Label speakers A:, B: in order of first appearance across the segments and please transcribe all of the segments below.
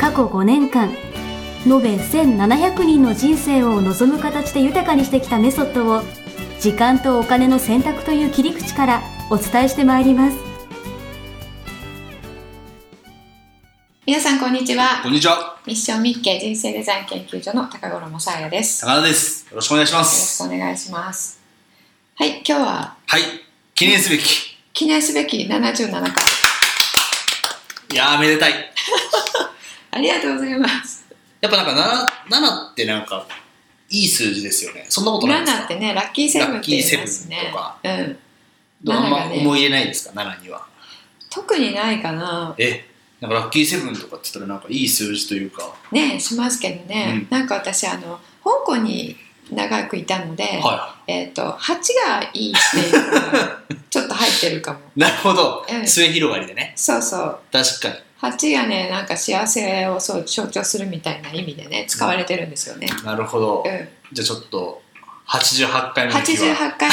A: 過去5年間延べ1700人の人生を望む形で豊かにしてきたメソッドを時間とお金の選択という切り口からお伝えしてまいります
B: 皆さんこんにちは
C: こんにちは、
B: ミッションミッケ人生デザイン研究所の高頃もさやですよ
C: 高田です。よろしくお願いしま
B: ろ
C: す。
B: しくお願いしますはい今日は
C: はい、記念すべき。
B: 記念すべき77回
C: いやー、めでたい。
B: ありがとうございます
C: やっぱなんか7、7ってなんか、いい数字ですよね。そんなことないですか
B: 7ってねラッキーセブンって言いますね
C: ラッキーセブ
B: う
C: ンとか
B: ん、
C: どうあん
B: 7
C: ま
B: がね
C: 思い入れないですか、7には。
B: 特にないかな
C: え、なんかラッキーセブンとかって言ったらなんかいい数字というか。は
B: ねしますけどね、なんか私あの香港に長くいたので、
C: い
B: えっ、と8がいいっていうのがちょっと入ってるかも
C: なるほど
B: う。ん
C: 末広がりでね。
B: そうそう
C: 確かに。
B: 8がねなんか幸せをそう象徴するみたいな意味でね使われてるんですよね、
C: なるほど
B: う。ん、
C: じゃあちょっと、88回目の日は。
B: 88回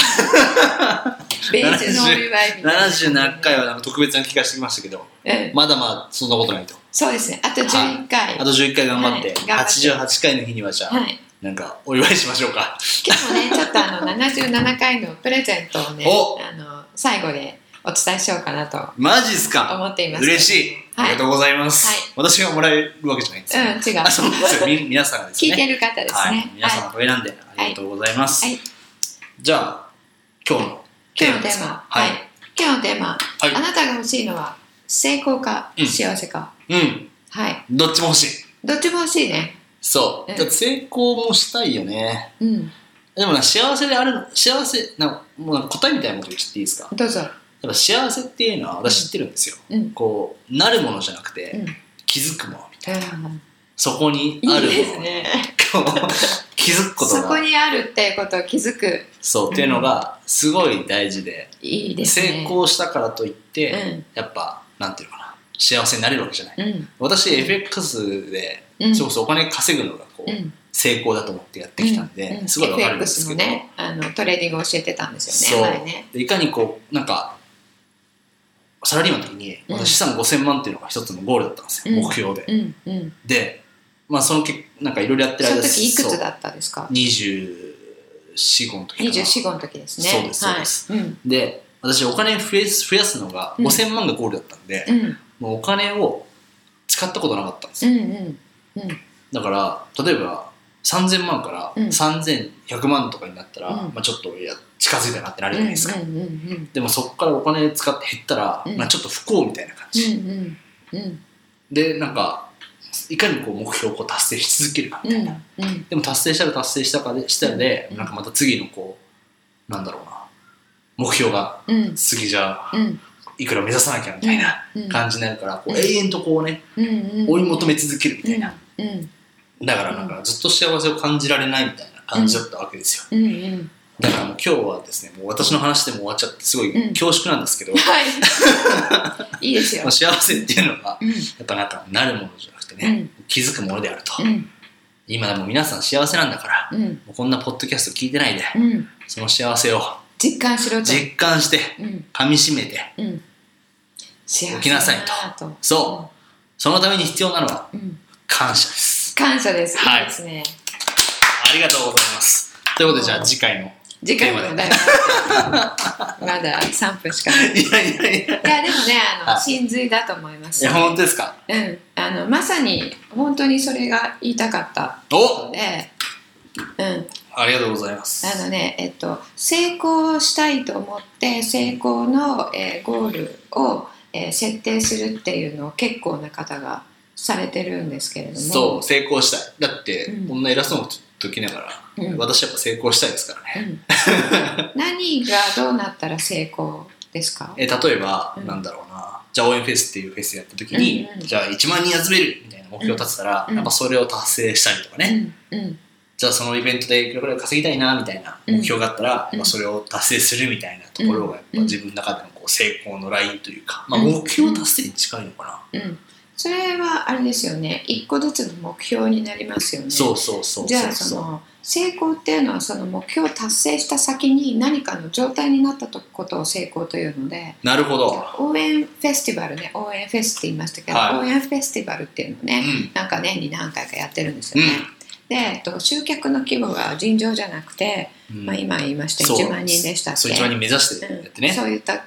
B: ベージュのお祝いみたいな
C: 77回はなんか特別な気がしてきましたけど、
B: うん、
C: まだまだそんなことないと。
B: そうですねあと11回
C: あと11回頑張って、
B: はい頑張って
C: 88回の日にはじゃあ、
B: はい、
C: なんかお祝いしましょうか。
B: 今日もねちょっとあの77回のプレゼントをね
C: お
B: あの最後でお伝えしようかなと
C: マジっすか
B: 思っています
C: 嬉しい、
B: はい
C: ありがとうございます、
B: はい
C: 私がもらえるわけじゃないんです
B: うん
C: よ、
B: 違う
C: あそうですよみ皆さんがですね
B: 聞いてる方ですね
C: はい、皆さんが選んでありがとうございます、
B: はい
C: じゃあ今日の
B: 今日のテーマ
C: は
B: はいい、今日のテーマ、
C: はい
B: あなたが欲しいのは成功か
C: うん
B: 幸せか、
C: うん
B: はい
C: どっちも欲しい
B: どっちも欲しいね
C: そう、
B: うん
C: だって成功もしたいよね
B: うん
C: でもな幸せであるの幸せなんかもうなんか答えみたいなこと言っちゃっていいですか
B: どうぞ
C: やっぱ幸せっていうのは私知ってるんですよ、
B: うん
C: こうなるものじゃなくて、
B: うん
C: 気づくもの
B: うん
C: そこにあ
B: い
C: る
B: い
C: もの
B: ですね
C: こう気づくこと
B: そ
C: が
B: こにあるってことを気づく
C: そうっていうのがすごい大事で、
B: いいですね
C: 成功したからといって、
B: うん
C: やっぱなんていうのかな幸せになれるわけじゃない、
B: うん
C: 私 FX で、
B: うん
C: それこそお金稼ぐのがこう、
B: うん
C: 成功だと思ってやってきたんで、
B: うん
C: すごいわかるんですけど、
B: FX もねあのトレーディングを教えてたんです
C: そう
B: よね前ね
C: でいかにこうなんかサラリーマンの時に
B: うん
C: 私資産5000万っていうのが一つのゴールだったんですよ、
B: うん
C: 目標で、
B: うんうん
C: でまあその結なんかいろいろやってる
B: そ
C: 間
B: の時いく
C: そ
B: つ
C: う
B: だったですか
C: 24号の時かな
B: 24号の時ですね
C: そうですそうです
B: はい、うん
C: で私お金増やす増やすのが
B: うん
C: 5000万がゴールだったんで、
B: うん
C: もうお金を使ったことなかったんです
B: う
C: よ、
B: んうんうん
C: だから例えば3000万から
B: うん
C: 3100万とかになったら、
B: うん
C: まあ、ちょっといや近づいたなってなるじゃないですか、
B: うんうんうん
C: でもそこからお金使って減ったら、
B: うん
C: まあ、ちょっと不幸みたいな感
B: う
C: じ、
B: んうんうん
C: でなんかいかにこう目標をこう達成し続けるかみたいな、
B: うんうん
C: でも達成したら達成したかでしたで、
B: うん
C: なんかまた次のこうなんだろうな目標が
B: うん
C: 次じゃあ
B: うん
C: いくら目指さなきゃみたいな
B: うん
C: 感じになるから、こ
B: う
C: うん永遠とこうね
B: うんうん
C: 追い求め続けるみたいな、
B: うんうん
C: だからなんかずっと幸せを感じられないみたいな感じだったわけですよ、
B: うんうん
C: だからもう今日はですねもう私の話でも終わっちゃってすごい
B: うん
C: 恐縮なんですけど、
B: はい いいですよ
C: まあ、幸せっていうのは
B: うん
C: やっぱなんかなるものじゃなくてね、気づくものであると、
B: うん
C: 今でも皆さん幸せなんだから、
B: うん
C: もうこんなポッドキャスト聞いてないで、
B: うん
C: その幸せを
B: 実感しろと
C: 実感して
B: うん
C: 噛みしめて
B: うん幸せ
C: 起きなさいと
B: だなと
C: そうそのために必要なのは
B: うん
C: 感謝です
B: 感謝です。
C: はい
B: いいですね。
C: ありがとうございますということでじゃあ次 回の
B: 時間もだいぶあってまだ三分しかない。い
C: いやいやいやい
B: やでもね、あ
C: は
B: の
C: い
B: 真髄だと思います。
C: や本当ですか
B: うん、あのまさに本当にそれが言いたかった
C: お
B: ので、うん、
C: ありがとうございます
B: あのね、えっと成功したいと思って成功の、えーゴールを、えー設定するっていうのを結構な方がされてるんですけれども、
C: そう成功したいだって、
B: うん
C: こんな偉そうなこと言きながら、
B: うん
C: 私やっぱ成功したいですからね、
B: うん 何がどうなったら成功ですか？
C: え例えば、
B: うん
C: なんだろうなじゃあ応援フェスっていうフェスやった時に、
B: うんうん
C: じゃあ1万人集めるみたいな目標立てたら、
B: うん
C: やっぱそれを達成したりとかね、
B: うんうん
C: じゃあそのイベントでいくらぐらい稼ぎたいなみたいな目標があったら、
B: うん
C: まあ、それを達成するみたいなところがやっ
B: う
C: ぱ
B: ん
C: 自分の中でのこう成功のラインというか、まあ、
B: うん
C: 目標達成に近いのかな、
B: うんそれはあれですよね一個ずつの目標になりますよね
C: そうそうそうそう
B: じゃあその成功っていうのはその目標を達成した先に何かの状態になったとことを成功というので
C: なるほど、
B: 応援フェスティバルね応援フェスって言いましたけど、
C: はい
B: 応援フェスティバルっていうのをね、
C: うん
B: なんか年に何回かやってるんですよね。で、えっと、集客の規模が尋常じゃなくて、
C: うん
B: まあ、今言いました
C: そう
B: 1万人でしたっけ
C: そう一番に目指してやってね、
B: うんそういった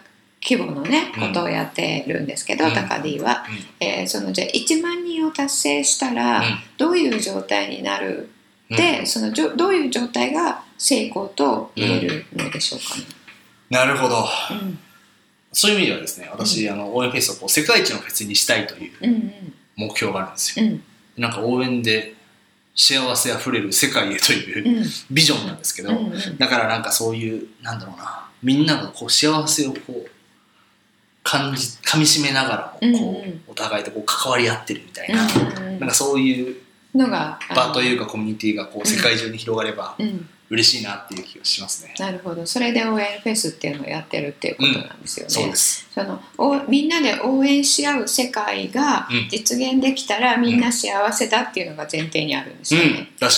B: 規模のね
C: うん
B: ことをやってるんですけど、
C: うん
B: タカディは、
C: うん
B: えーそのじゃあ1万人を達成したら、
C: うん
B: どういう状態になる
C: うん
B: で、そのじょどういう状態が成功と言えるのでしょうかね。
C: なるほど
B: うん
C: そういう意味ではですね私、あの応援フェスをこう世界一のフェスにしたいという
B: うん
C: 目標があるんですよ
B: うんうん
C: なんか応援で幸せあふれる世界へといううんビジョンなんですけど、
B: うんうん
C: だからなんかそういうなんだろうなみんながこう幸せをこう感じ噛みしめながらもこう、
B: うんうん
C: お互いとこう関わり合ってるみたいな、
B: うんうんうん
C: なんかそういう
B: のが
C: 場という
B: か、
C: かコミュニティがこう世界中に広がれば
B: うん、
C: 嬉しいなっていう気がしますね。
B: なるほどそれで応援フェスっていうのをやってるっていうことなんですよね。
C: そうです。
B: そのおみんなで応援し合う世界が
C: うん
B: 実現できたら、みんな幸せだっていうのが前提にあるんです
C: うん
B: よね。、
C: 確か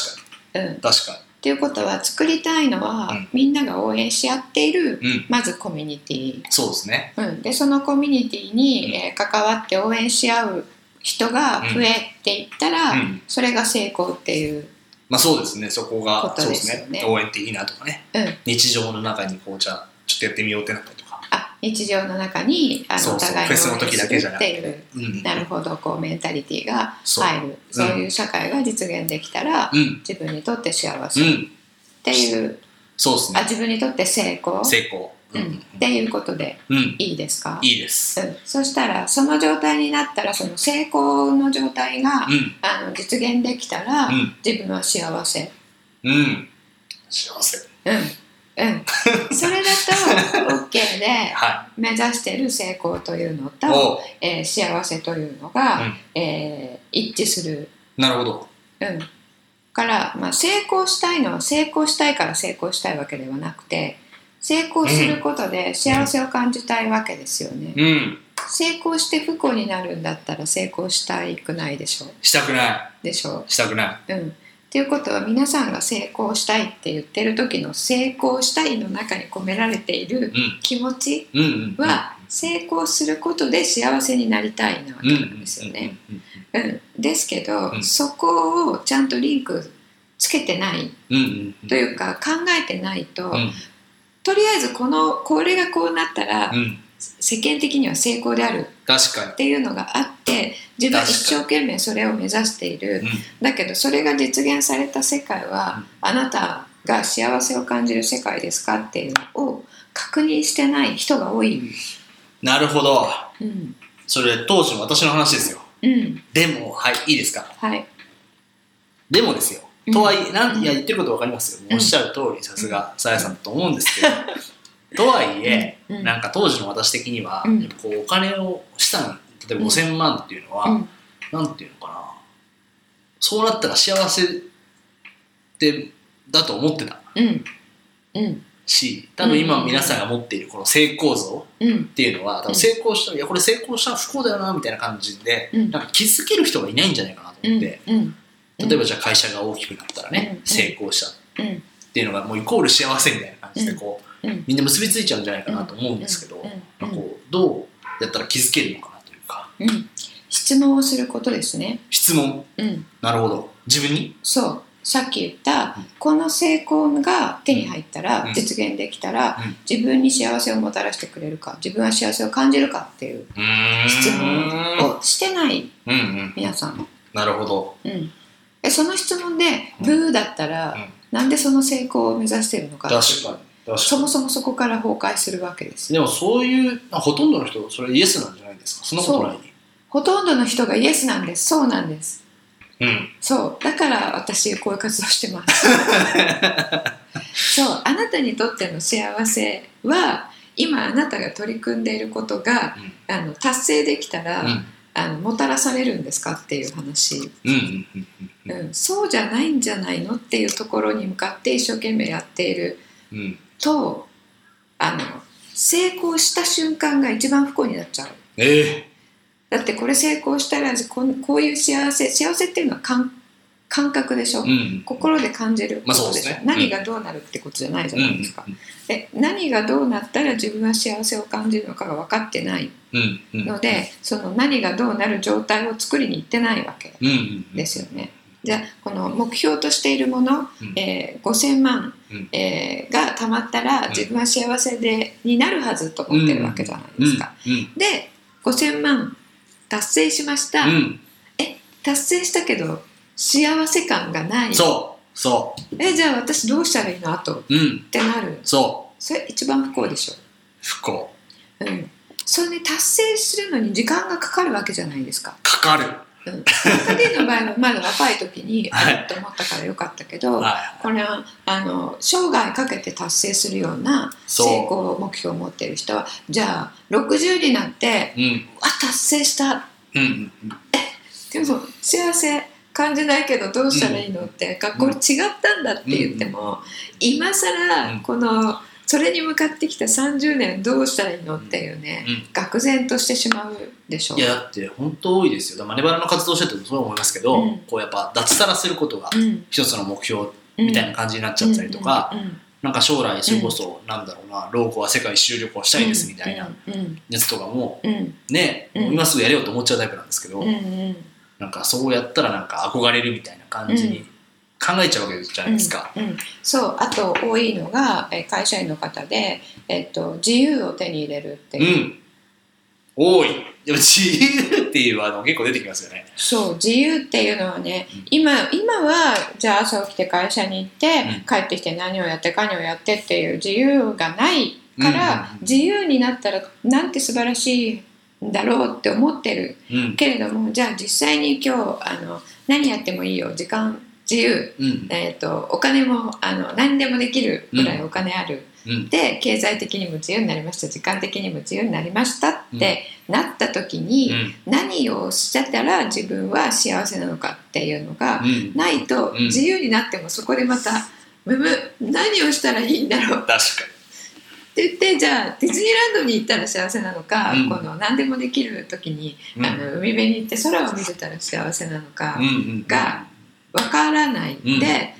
B: うん
C: に確か
B: っていうことは作りたいのは、
C: うん
B: みんなが応援し合っている、
C: に。うん、
B: まずコミュニティ
C: そうですね。
B: うん、でそのコミュニティに、
C: うん
B: えー関わって応援し合う人が増えていったら、
C: うん
B: それが成功っていう、
C: まあそうですね。そこが
B: こと
C: そう
B: で
C: ですす
B: よね
C: ね。応援っていいなとかね。
B: うん、
C: 日常の中にこうじゃあちょっとやってみようってなったりとか。
B: あ日常の中にあの
C: そう
B: お
C: そう
B: 互い
C: フェスの
B: に応援
C: 時だ
B: す
C: け
B: る
C: じゃな
B: っ
C: くて
B: て
C: ね
B: いう
C: うん、
B: なるほどこうメンタリティが
C: そう。
B: 入るそう,、いう社会が実現できたら、
C: うん
B: 自分にとって幸
C: う
B: せっ
C: ん、
B: ていう、
C: そうです
B: あ
C: ね。
B: 自分にとって成功
C: 成功。う
B: うんん、っていうことで
C: うん、うん、
B: いいですか
C: いいです。
B: うん、そしたらその状態になったらその成功の状態が、
C: うん、
B: あの実現できたら、
C: うん
B: 自分は幸せ。
C: うん、幸せ。
B: うんうん、それだと OK で
C: は
B: 目指してる成功というの
C: い。
B: と、
C: おう
B: えー幸せというのが、
C: うん
B: えー一致する、
C: なるほど。
B: うん、から、まあ、成功したいのは成功したいから成功したいわけではなくて成功することで幸せを感じたいわけですよね、
C: うん、
B: 成功して不幸になるんだったら成功したいくないでしょう
C: したくない。
B: でしょう
C: したくない。
B: うん、っていうことは皆さんが成功したいって言ってる時の成功したいの中に込められている
C: うん、
B: 気持ち
C: うん、うん。
B: は成功することで幸せになりたいなわ
C: う
B: け
C: ん、う
B: なん
C: ん、
B: ですよね。
C: うん。
B: うん、ですけど、
C: うん
B: そこをちゃんとリンクつけてない
C: うん、うん、うん。
B: というか考えてないと、
C: うん、
B: とりあえずこのこれがこうなったら、
C: うん、
B: 世間的には成功である
C: 確か
B: っていうのがあって自分は
C: 確かに
B: 一生懸命それを目指している
C: に。う
B: だけどそれが実現された世界は、
C: うん
B: あなたが幸せを感じる世界ですかっていうのを確認してない人が多い。
C: ん、なるほど。
B: うん、
C: それ当時の私の話ですよ。
B: うん、
C: でも、はい、いいですか。
B: はい、
C: でもですよ。
B: うん
C: とはいえ、なん
B: うん
C: いや言ってることわかりますよ。
B: うん
C: おっしゃる通り、さすがさやさんだと思うんですけど。とはいえ、
B: うん
C: なんか当時の私的には、
B: うん
C: やっぱこうお金を資産、例え
B: う
C: ば
B: ん
C: 5000万っていうのは、
B: うん、
C: なんていうのかな、そうなったら幸せってだと思ってた
B: うん、うん、
C: し、多分今皆さんが持っているこの成功像
B: うん、
C: っていうのは、多分成功したら、いや、これ成功したら不幸だよな、みたいな感じで、
B: うん
C: なんか気づける人がいないんじゃないかなと
B: うん、
C: 思
B: う
C: っ
B: ん、
C: て、
B: うん、うん
C: 例えばじゃあ会社が大きくなったらね、
B: うん
C: 成功した。
B: うん、
C: っていうのがもうイコール幸せみたいな感じで
B: うん
C: こう、
B: うん、
C: みんな結びついちゃうんじゃないかなと思うんですけど、
B: うんうん
C: まあこうどうやったら気づけるのかなというか
B: うん、質問をすることですね。
C: 質問
B: うん、
C: なるほど自分に
B: そう。さっき言った、
C: うん
B: この成功が手に入ったら、
C: うん
B: 実現できたら、
C: うん
B: 自分に幸せをもたらしてくれるか自分は幸せを感じるかっていう質問をしてない
C: うんうん
B: 皆さん、
C: なるほど、
B: うん、えその質問で「ブー」だったら、
C: うん、
B: なんでその成功を目指してるのかっていう
C: 確かに確
B: そ
C: か
B: も
C: に
B: そもそこから崩壊するわけです
C: でもそういうあほとんどの人それイエスなんじゃないですかそんなことない
B: ほとんどの人がイエスなんですそうなんです
C: うん
B: そうだから私こういう活動してます そうあなたにとっての幸せは今あなたが取り組んでいることが
C: うん
B: あの達成できたら、
C: うん
B: あのもたらされるんですかっていう話、
C: うんうんうんうん
B: うん、そうじゃないんじゃないのっていうところに向かって一生懸命やっている
C: うん
B: とあの成功した瞬間が一番不幸になっちゃう。
C: ええ
B: だってこれ成功したらこんこういう幸せ幸せっていうのは感感覚でしょ、
C: うん
B: 心で感じるこ
C: まあそう
B: と
C: で
B: ですしょ、
C: ね
B: 何がどうなるってことじゃないじゃないですか、
C: うん
B: で何がどうなったら自分は幸せを感じるのかが分かってない
C: うんうん
B: のでその何がどうなる状態を作りに行ってないわけ
C: うんうんうん
B: ですよね。じゃあこの目標としているもの、
C: うん
B: えー5,000万
C: うん、
B: えーがたまったら
C: ん
B: 自分は幸せでになるはずと思ってるわけじゃないですか。
C: うん
B: で5,000万達成しました、
C: うん
B: 達成したけど幸せ感がな
C: う
B: い
C: んそうそ
B: えじゃあ私どうしたらいいのあとっ
C: ううん
B: てなる
C: そう
B: それ一番不幸でしょ。
C: 不幸
B: うん、それに達成するのに時間がかかるわけじゃないですか。
C: かかる
B: うん、カディの場合はまだ若い時にあ
C: はい
B: れと思ったからよかったけど、
C: は
B: これはあの生涯かけて達成するような
C: そう
B: 成功目標を持っている人はじゃあ60になって
C: いうん
B: 「うわ達成した
C: うんうん」
B: でも幸せ感じないけどどうしたらいいのって、学校違ったんだって言っても、今
C: うん
B: 更このそれに向かってきた30年どうしたらいいのっていうね、
C: うん
B: 愕然としてしまうでしょう。
C: いやだって本当多いですよだからマネバラの活動しててもそう思いますけど、
B: うん
C: こうやっぱ脱サラすることが
B: うん
C: 一つの目標みたいな感じになっちゃったりとか、、
B: うんうん
C: なんか将来それこそなんだろうな老後は世界一周旅行したいですみたいな
B: うん
C: やつとかも
B: うん
C: ね、
B: うん
C: もう今すぐやれようと思っちゃうタイプなんですけど、
B: うんうん
C: なんかそうやったらなんか憧れるみたいな感じに考えちゃうわけじゃないですか。
B: うん、そうあと多いのがえー会社員の方で、えっと、自由を手に入れるって
C: うん、
B: いう、
C: 多いでも自由っていうワードも結構出てきますよね。
B: そう自由っていうのはね、
C: うん
B: 今今はじゃあ朝起きて会社に行って、
C: うん
B: 帰ってきて何をやって何をやってっていう自由がないから、
C: うんうんうん
B: 自由になったらなんて素晴らしいんだろうって思ってる
C: うん、
B: けれどもじゃあ実際に今日あの何やってもいいよ時間自由
C: うん、
B: えー、とお金もあの何でもできるぐらいお金ある、
C: うん
B: で経済的にも自由になりました時間的にも自由になりましたってなった時
C: う
B: に、
C: ん、
B: 何をしてたら自分は幸せなのかっていうのが
C: うん、
B: ないと、
C: うん
B: 自由になってもそこでまた「むむ何をしたらいいんだろう」
C: 確か
B: って言ってじゃあディズニーランドに行ったら幸せなのか、
C: うん
B: この何でもできる時に、
C: うん
B: あの海辺に行って空を見てたら幸せなのか。
C: に。うん、うん、
B: がわからないんで、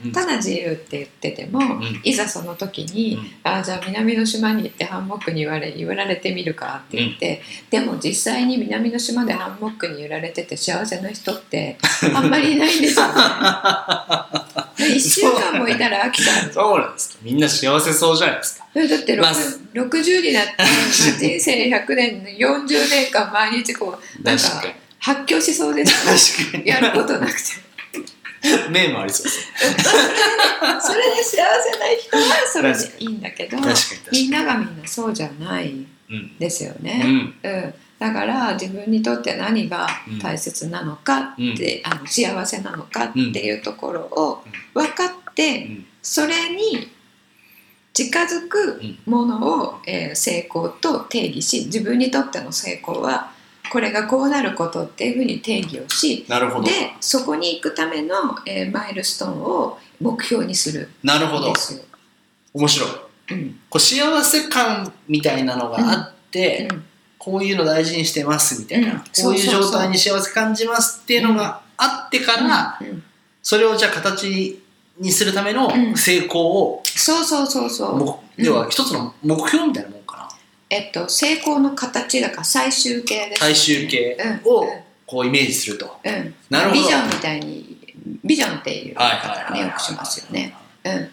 C: うんうん
B: ただ自由って言ってても、
C: ん
B: いざその時
C: う
B: に、
C: ん、
B: ああじゃあ南の島に行ってハンモックに言われ揺られてみるかって言って、でも実際に南の島でハンモックに揺られてて幸せな人ってあんまりいないんです よね。1週間もいたら飽きちゃう
C: そうなんですか。みんな幸せそうじゃないですか。
B: だって、
C: まあ
B: 六60になって人生100年の40年間毎日こうなんか
C: 確かに。
B: 発狂しそうです
C: 確かに。
B: やることなくて。
C: 面もありそうですね。
B: それで幸せな人はそれでいいんだけど
C: 確かに確かに
B: みんながみんなそうじゃない
C: うん。
B: ですよ
C: う
B: ね、
C: ん。
B: うんだから自分にとって何が大切なのかって、あの幸せなのかっていうところを分かっ
C: う
B: て
C: ん。
B: それに近づくものを、えー成功と定義し自分にとっての成功はこれがこうなることっていうふうに定義をし
C: なるほど
B: で。そこに行くための、えーマイルストーンを目標にする
C: なるほど
B: で。すよ。
C: 面白い。
B: うん
C: こう幸せ感みたいなのがあって、
B: うん
C: こういうの大事にしてますみたいな、
B: うん
C: こ
B: そうう
C: いう
B: そうそう
C: 状態に幸せ感じますっていうのがあってから、
B: うん
C: それをじゃあ形にするための
B: うん
C: 成功を、
B: そうそうそうそう、
C: もう
B: うん
C: 要は一つの目標みたいなもんかな、
B: えっと、成功の形だから最終形です、
C: 最終形
B: うん
C: をこうイメージすると。
B: うんうん
C: なるほど
B: ビジョンみたいにビジョンっていう言い
C: はいはい
B: 方ね
C: はい。
B: よくしますよね。。うん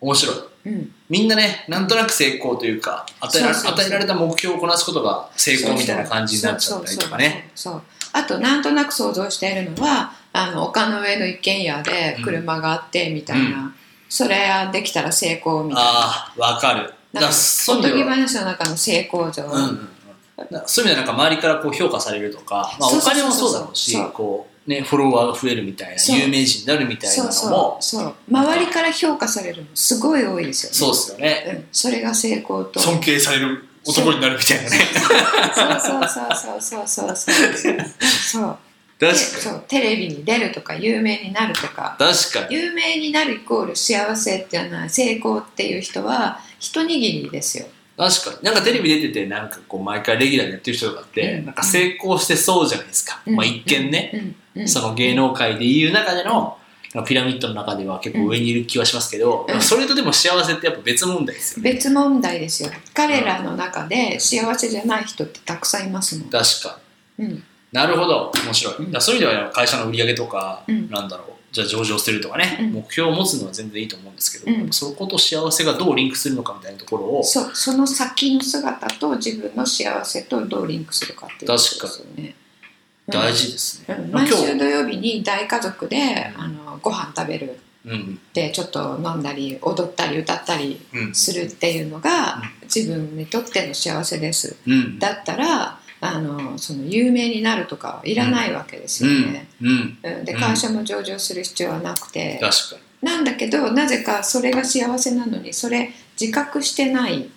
C: 面白い。
B: うん、
C: みんなね、なんとなく成功というか、与えら
B: そうそうそう
C: 与えられた目標をこなすことが成功みたいな感じになっちゃったりとかね。
B: そうそうそうあとなんとなく想像しているのはあの丘の上の一軒家で車があってみたいな、それはできたら成功みたいな
C: ああ、わかる。
B: なん
C: だから
B: か
C: そ
B: お
C: ういう意
B: と
C: 味
B: ぎ
C: では
B: 話の中の成功像、
C: うんうんうんだからそういう意味ではなんか周りからこう評価されるとか、まあ、
B: そ
C: お
B: うそう
C: 金
B: そう
C: も
B: そう
C: そうだろうし
B: そう
C: こう、ね、フォロワーが増えるみたいな
B: そう
C: 有名人になるみたいなの
B: そ
C: も
B: う
C: そ
B: そううそう周りから評価されるのすごい多いですよね
C: ですよね
B: うん、それが成功と
C: 敬される男になるみたいなね。
B: そうそうそうそうそうそうそうそうで
C: 確か
B: そうテレビに出るとか有名になるとか
C: に。確かに。
B: 有名になるイコール幸せじゃない成功っていう人は一握りですよ
C: 確かに。なんかテレビ出てて、なんかこう、毎回レギュラーでやってる人とかって、
B: うん
C: なんか成功してそうじゃないですか。
B: うん
C: まあ一見ね、
B: うんうん
C: その芸能界でいう中での、なんかピラミッドの中では結構上にいる気はしますけど、
B: うん
C: それとでも幸せってやっぱ別問題ですよね。
B: 別問題ですよ彼らの中で幸せじゃない人ってたくさんいますもん、
C: 確かに。
B: うん、
C: なるほど面白い、
B: うん
C: だからそういう意味では会社の売り上げとか、
B: うん
C: なんだろうじゃあ上場するとかね、
B: うん
C: 目標を持つのは全然いいと思うんですけど、
B: うん
C: そこと幸せがどうリンクするのかみたいなところを
B: そその先の姿と自分の幸せとどうリンクするかっていうことですよねうん
C: 大事ですね、
B: うん
C: 今
B: 毎
C: 日
B: 週土曜日に大家族であのご飯食べる
C: うん
B: でちょっと飲んだり踊ったり歌ったり
C: うん
B: するっていうのが自分にとっての幸せです
C: うん
B: だったらあのその有名になるとかはいらないわけです
C: う
B: よ
C: ん
B: ね、
C: うん
B: うんで
C: うん
B: 会社も上場する必要はなくて、
C: 確かに
B: なんだけどなぜかそれが幸せなのにそれ自覚してない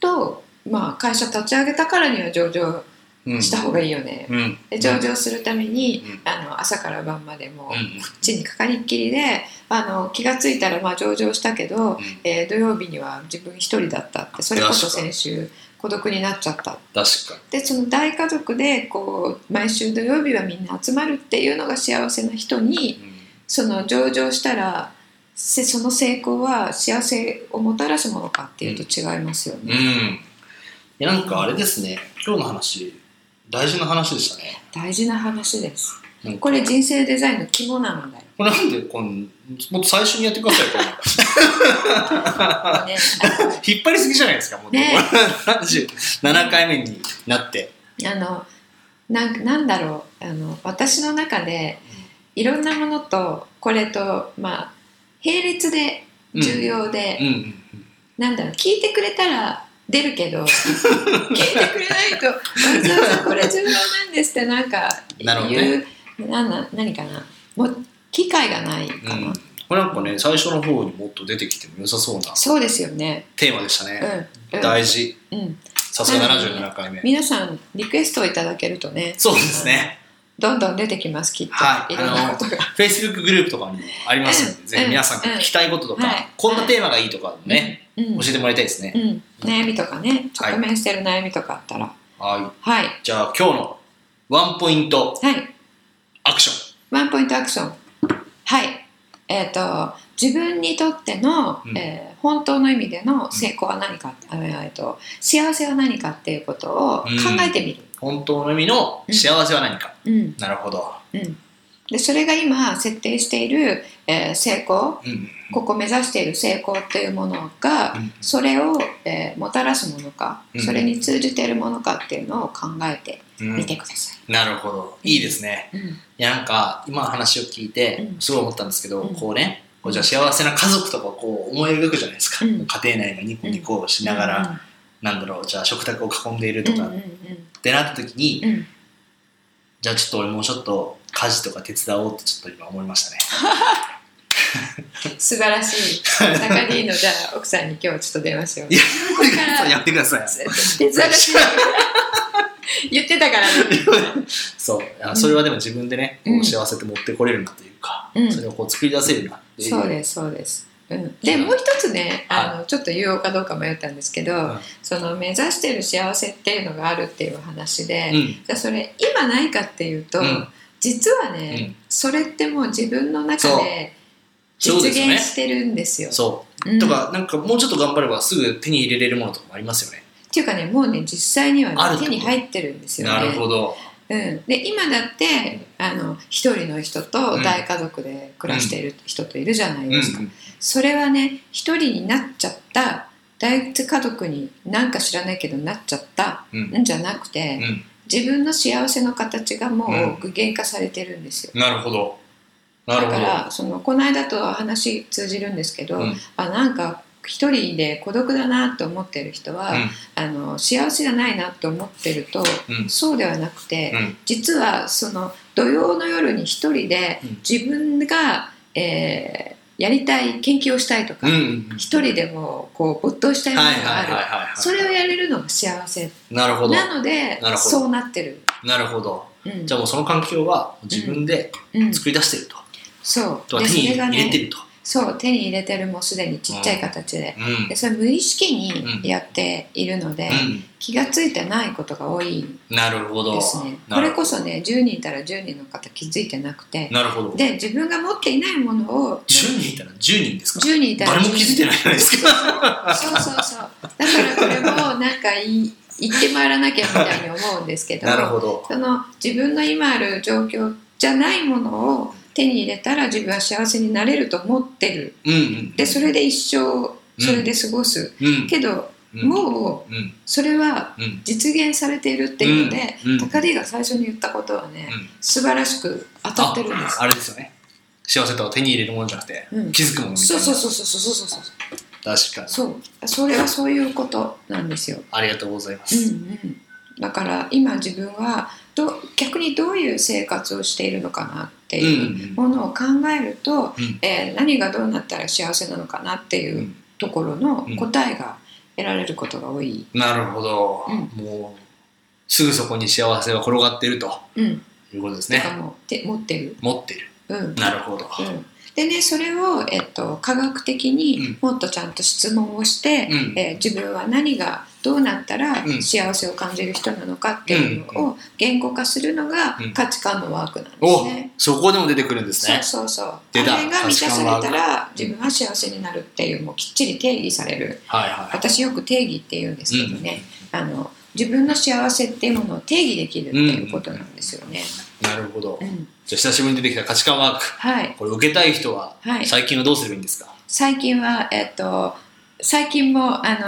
B: と、まあ、会社立ち上げたからには上場
C: うん
B: した方がいいよね。
C: うん
B: で上場するために、
C: うん
B: あの朝から晩までもう
C: う
B: んこっちにかかりっきりであの気がついたらまあ上場したけど、
C: ん
B: えー土曜日には自分一人だったってそれこそ
C: 確かに
B: 先週孤独になっちゃった
C: 確かに
B: でその大家族でこう毎週土曜日はみんな集まるっていうのが幸せな人に、その上場したらせその成功は幸せをもたらすものかっていうと違いますよ
C: うん、
B: ね、
C: いやなんかあれですね今日の話大事な話でしたね
B: 大事な話です
C: なんか
B: これ人生デザインの肝なん だよ
C: これなんでこのもっと最初にやってくだ さいこれ
B: ね
C: 引っ張りすぎじゃないですかもう、
B: ね
C: 37回目になって
B: あのなんなんだろうあの私の中でいろんなものとこれとまあ並列で重要で、
C: うんうん
B: なんだろう聞いてくれたら出るけど 聞いてくれないと「わざわざこれ重要なんです」ってなんか言う
C: なるほどね
B: なんな何かなもう機会がないかな、
C: うんこれなんかね最初の方にもっと出てきても良さそうな
B: そうですよね
C: テーマでした
B: うん
C: ね、、
B: うん
C: 大事
B: うん、
C: さすが77回目、
B: 皆さんリクエストをいただけるとね
C: そうですね
B: どんどん出てきますきっと、
C: はい
B: い、ろんなことが
C: Facebook グループとかにもありますので、
B: うん
C: ぜひ皆さんが聞きたいこととか、
B: うんはい
C: こんなテーマがいいとかね、
B: うん、
C: 教えてもらいたいですね、
B: うん、悩みとかね
C: はい
B: 直面してる悩みとかあったら
C: はい
B: はい
C: じゃあ今日のワンポイント
B: はい
C: アクショ
B: ワンポイントアクション。はい。えっ、と自分にとっての、
C: うん
B: えー本当の意味での成功は何か、あえーと幸せは何かっていうことを考えてみる。
C: ン本当の意味の幸せは何か、
B: うん、
C: なるほど、
B: うん、でそれが今設定している、えー成功、
C: うん
B: ここ目指している成功っていうものが、
C: うん
B: それを、えーもたらすものか、
C: うん
B: それに通じているものかっていうのを考えて
C: うん
B: みてくださ
C: なるほどいいですね
B: い。うん、
C: いやなんか今の話を聞いて
B: うん
C: すごい思ったんですけど、
B: うん
C: こうねこうじゃあ幸せな家族とかこう思い描くじゃないですか、
B: うん
C: 家庭内がニコニコしながら、なんだろうじゃあ食卓を囲んでいるとか
B: うん
C: っ
B: うん
C: てなった時に、
B: うんうん、
C: じゃあちょっと俺もうちょっと家事とか手伝おうってちょっと今思いま したね
B: 素晴らしい。中でいいのじゃあ奥さんに今日ちょっと電話しよう
C: い。ややめてくださいやめてください
B: 手探しだけど言ってたからね。
C: そうあそれはでも自分でね、
B: うん
C: こう幸せって持ってこれるなというか、
B: うん
C: それをこう作り出せるなっていう
B: そうですそうです。うん、でもう一つねあのちょっと言おうかどうか迷ったんですけど、
C: ん
B: その目指してる幸せっていうのがあるっていう話で、
C: う
B: じ
C: ん
B: ゃあそれ今ないかっていうと、
C: うん
B: 実はね、
C: うん
B: それってもう自分の中で
C: そ
B: 実
C: うそう
B: 現
C: ですよね
B: してるんですよ。
C: そううと
B: ん
C: かなんかもうちょっと頑張ればすぐ手に入れれるものとかもありますよね
B: っていうかねもうね実際には、ね
C: あるっ、て
B: 手
C: こと
B: に入ってるんですよね。
C: なるほど
B: うん、で今だってあの一人の人と大家族で暮らしている人といるじゃないですか、
C: うん
B: それはね一人になっちゃった大家族になんか知らないけどなっちゃった
C: うん
B: んじゃなく
C: う
B: て、
C: ん
B: 自分の幸せの形がも
C: うん
B: う具現化されてるんですよ、
C: なるほど。なる
B: だ
C: ほ
B: か
C: ど。
B: らそのこの間とは話通じるんですけど、
C: うん
B: あなんか一人で孤独だなと思ってる人は、あの幸せじゃないなと思ってると、
C: うん
B: そうではなくて、
C: うんうん
B: 実はその土曜の夜に一人で
C: うん
B: 自分が、えーやりたい研究をしたいとか、
C: うん
B: 一人でもこう没頭したいもの
C: はいはい
B: があ
C: はい
B: る、
C: はいはい
B: それをやれるのが幸せ
C: なるほど
B: なので
C: なるほど
B: そうなってる、
C: なるほど
B: うん
C: じゃあもうその環境は自分で
B: うん、
C: 作り出してると、
B: そう
C: とは手
B: そ
C: に
B: れが
C: 入れて
B: ね
C: ると、
B: そう手に入れてるもうすでにちっちゃい形で,、
C: うん
B: でそれ無意識にやっているので、気が付いてないことが多い
C: うん、なるほど
B: ですね
C: な
B: こ
C: る
B: れこそね10人いたら10人の方気づいてなくて
C: なるほど10
B: で自分が持っていないものを
C: 人いたら10人ですか
B: 10人いたら
C: 誰も気づいてないじゃないで すか
B: そうそうそうだからこれもなんかい言って回らなきゃみたいに思うんですけど
C: なるほど
B: その自分の今ある状況じゃないものを手に入れたら自分は幸せになれると思ってる
C: うんうん
B: でそれで一生それで過ごす、
C: うん
B: けど、
C: うん
B: もう
C: うん
B: それは
C: うん
B: 実現されているっていうので、
C: うんうん
B: 高利が最初に言ったことはね、
C: うん
B: 素晴らしく当たってるんです
C: ああれですよね幸せとは手に入れるものじゃなくて、
B: うん
C: 気づくものみたい
B: そう
C: な
B: そうそうそうそうそうそう
C: 確かに
B: そうそれはそういうことなんですよ
C: ありがとうございま
B: う
C: す、
B: んうん、だから今自分はど逆にどういう生活をしているのかなって
C: うんうんう
B: い
C: ん
B: うものを考えると、
C: うん
B: えー何がどうなったら幸せなのかなっていうところの
C: うん
B: 答えが得られることが多い、
C: なるほど、
B: うん
C: もうすぐそこに幸せは転がってると
B: うん、
C: いうことです
B: とか
C: ね
B: もて持ってる。
C: 持ってる
B: うんうん
C: なるほど、
B: でねそれを、えっと、科学的
C: うん
B: にもっとちゃんと質問をして、
C: うん
B: えー自分は何がどうなったら
C: うん
B: 幸せを感じる人なのかっていうのを言語化するのが
C: うん
B: 価値観のワークなんで
C: お
B: すね。
C: そこでも出てくるんですね
B: そうそうそう。
C: 出た
B: あれが満たされ
C: 価値
B: た
C: 観
B: ら自分は幸せになるっていうもうきっちり定義される。
C: はいはい
B: 私よく定義って言うんですけどね、あの自分の幸せっていうものを定義できるっていうことなんですよね。
C: なるほど、
B: うん
C: じゃあ久しぶりに出てきた価値観ワーク
B: はい。
C: これ受けたい人は
B: はい
C: 最近はどうすればいいんですか、
B: 最近はえっ、と最近もあ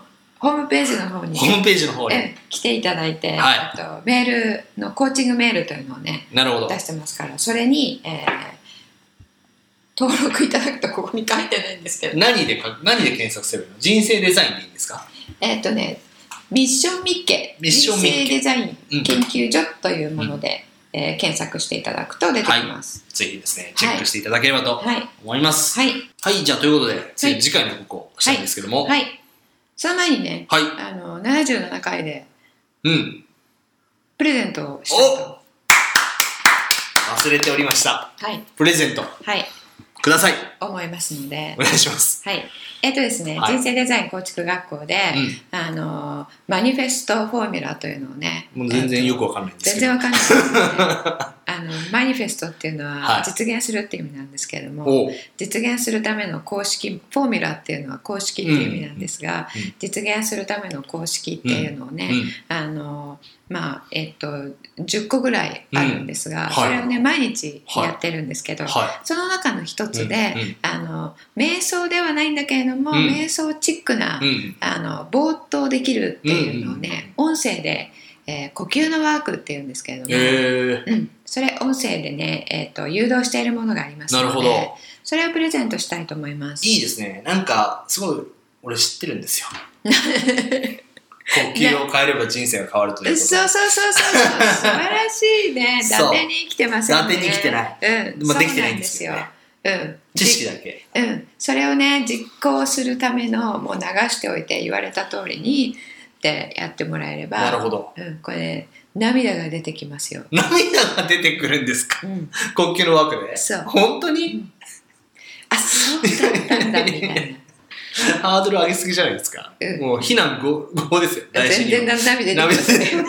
B: のホームページの方に。
C: ホームページの方に、
B: え来ていただいて、
C: はい
B: えっとメールのコーチングメールというのをね
C: なるほど
B: 出してますからそれに、えー登録いただくとここに書いてないんですけど
C: 何でか何で検索すればいいの人生デザインでいいんですか
B: えっ、とねミッションミッケ
C: ミッションミッケ
B: 人生デザイ
C: うん
B: ン研究所というもので、えー検索していただくと出てきます。
C: ぜひですねチェックしていただければと
B: はい、
C: 思います
B: はい、
C: はい、じゃあということで次次回の報告をしたいんですけども
B: はい、その前にね
C: はい、
B: あの77回で
C: うん
B: プレゼントをしたいと
C: 忘れておりました
B: はい、
C: プレゼント
B: はい、
C: ください
B: 思いますので
C: お。願いします
B: はい、えっ、とですね、
C: はい
B: 人生デザイン構築学校で、
C: う
B: あのマニフェストフォーミュラというのをね、
C: もう全然
B: えっと
C: よくわかんないんです
B: 全
C: け
B: 然
C: ど
B: わかんないです よね。あのマニフェストっていうの
C: は
B: はい実現するっていう意味なんですけれども、
C: おう
B: 実現するための公式フォーミュラっていうのは公式っていう意味なんですが、
C: うんうんうん
B: 実現するための公式っていうのをね、
C: うん
B: あのまあえっと10個ぐらいあるんですが、
C: うんはい
B: それをね毎日やってるんですけど、
C: は
B: その中の一つで、
C: うんうん
B: あの瞑想ではないんだけれども、
C: うん
B: 瞑想チックな、
C: いうん
B: あのぼーっとできるっていうのをね、音声で、えー呼吸のワークっていうんですけれども、
C: え
B: うん、それ音声でね、えー、と誘導しているものがありま
C: ー、
B: すの
C: な
B: で
C: るほど
B: それをプレゼントしたいと思います。
C: いいですねなんかすごい俺知ってるんです よ呼吸を変えれば人生が変わるという
B: そう
C: こ
B: そうそうそうそう素晴らしいね伊
C: そう
B: 達に生きてますよね
C: 伊達に生きてない、
B: うん
C: まあ
B: そう
C: できてないんですけどね
B: なんですよ、うん、
C: 知識だけ
B: うん、それをね実行するためのもう流しておいて言われた通りにってやってもらえれば
C: なるほど
B: うん、これ涙が出てきますよ、
C: 涙が出てくるんですか
B: うん、
C: 呼吸のワークで
B: そう
C: 本当に
B: あそうだったんだみたいな
C: ハードル上げすぎじゃないですか、
B: うん
C: もう非難ごごですよ大事
B: 全然
C: に
B: 涙出てきますねそうね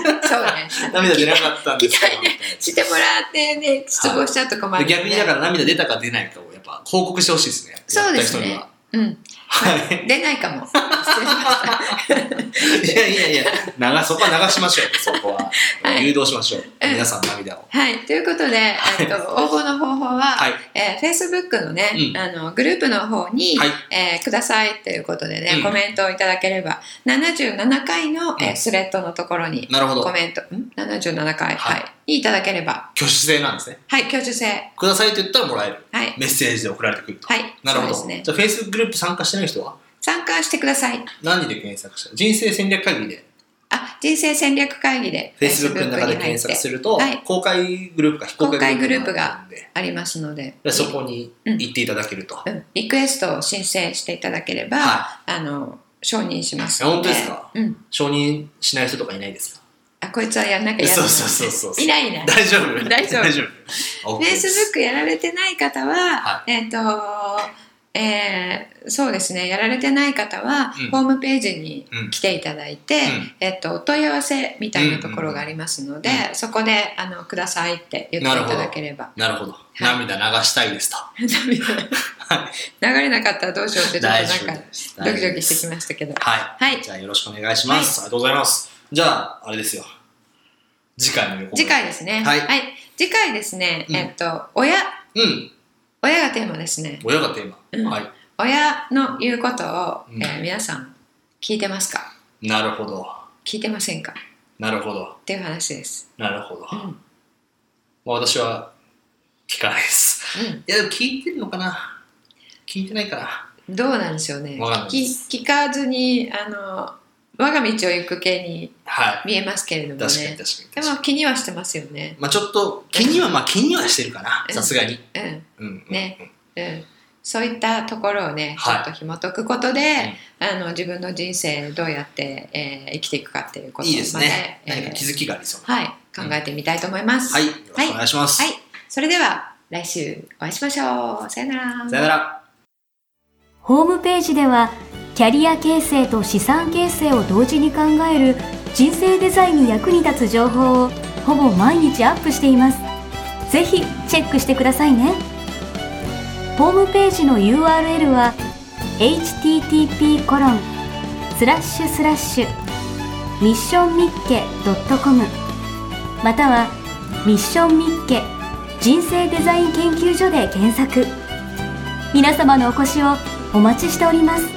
C: 涙出なかったんですけどみたいな
B: してもらってね失望しちゃうと困る、
C: で逆にだから涙出たか出ないかをやっぱ報告してほしいですね。
B: そうです
C: や
B: ね
C: っ
B: うん
C: た人には。はい。
B: 出ないかも失礼しました
C: いやいやいや、流そこは流しましょう。そこは
B: はい
C: 誘導しましょう。
B: うん
C: 皆さんの涙を。
B: はい、ということで、えっと、応募の方法は、
C: はい
B: えー、Facebook のね、
C: うん
B: あのグループの方に、
C: はい
B: えーくださいということでね、
C: うん
B: コメントをいただければ77回の、え
C: う
B: ー
C: ん
B: スレッドのところに
C: なるほど
B: コ。メントん77回、
C: は
B: はいいにいただければ
C: 挙手制なんですね。
B: はい挙手制はい
C: くださいと言ったらもらえる。
B: はい
C: メッセージで送られてくると。なる
B: そう
C: ほど。
B: ですね
C: じゃあ Facebook グループ参加してない人は
B: 参加してください
C: 何で検索した人生戦略会議で
B: あ人生戦略会議で
C: Facebook の中で検索すると、
B: はい
C: 公開グループか非公開グループがあるんで
B: ありますので
C: でそこに行っていただけると、
B: うん、リクエストを申請していただければ、
C: は
B: あの承認しますの
C: あ本当ですか
B: うん、
C: 承認しない人とかいないですか
B: あこいつはやんなきゃやら
C: そ
B: な
C: う
B: い
C: そうそうそう
B: いないいない
C: 大丈夫
B: 大丈夫
C: 大丈
B: フ
C: 夫 OK
B: ェイ
C: です
B: スブックやられてない方は、
C: は
B: えっ、と、えーそうですねやられてない方は、
C: うん
B: ホームページに来ていただいて、
C: うん
B: えっとお問い合わせみたいなところがありますので、
C: う
B: そこであの「ください」って言っていただければ
C: なるほど涙流したいですと
B: 涙流れなかったらどうしようってちょっと
C: 大
B: な
C: 丈
B: ん
C: 夫
B: か
C: です
B: ドキドキしてきましたけど
C: はい、
B: はい
C: じゃあよろしくお願いします、ありがとうございますじゃああれですよ次回の予告
B: 次回ですね
C: はい
B: 次回ですね、
C: うん
B: えっと親
C: うん
B: 親がテーマですね
C: 親がテーマ、
B: うん
C: はい
B: 親の言うことを、
C: うん
B: えー皆さん聞いてますか
C: なるほど
B: 聞いてませんか
C: なるほど
B: っていう話です。
C: なるほど、
B: うん、う
C: ま
B: ん、
C: あ私は聞かないですいやでも聞いてるのかな聞いてないかな
B: どうなんでしょうね。
C: わかんない
B: 聞き聞かずにあの我が道を行く系に
C: は
B: 見えますけれど
C: い
B: も
C: 確かに
B: ね
C: 確か。に
B: で
C: 確か
B: も
C: に
B: 気にはしてますよね。
C: まあちょっと気にはまあ気にはしてるかな
B: うん
C: さすがに
B: うん
C: うんうん
B: ねうん。そういったところをね、
C: はい
B: ちょっと紐解くことで、あの自分の人生どうやって、えー生きていくかっていうこ
C: うん
B: と
C: いいですね
B: まで
C: 何
B: えー
C: か気づきがありそうな
B: はい考えてみたいと思います。
C: はい
B: は
C: よろしくお願いします
B: い。それでは来週お会いしましょう。さよなら。
C: さよなら
A: ホームページではキャリア形成と資産形成を同時に考える人生デザインに役に立つ情報をほぼ毎日アップしていますぜひチェックしてくださいねホームページの URL は http コロンスラッシュスラッシュミッションミッケ .com またはミッションミッケ人生デザイン研究所で検索皆様のお越しをお待ちしております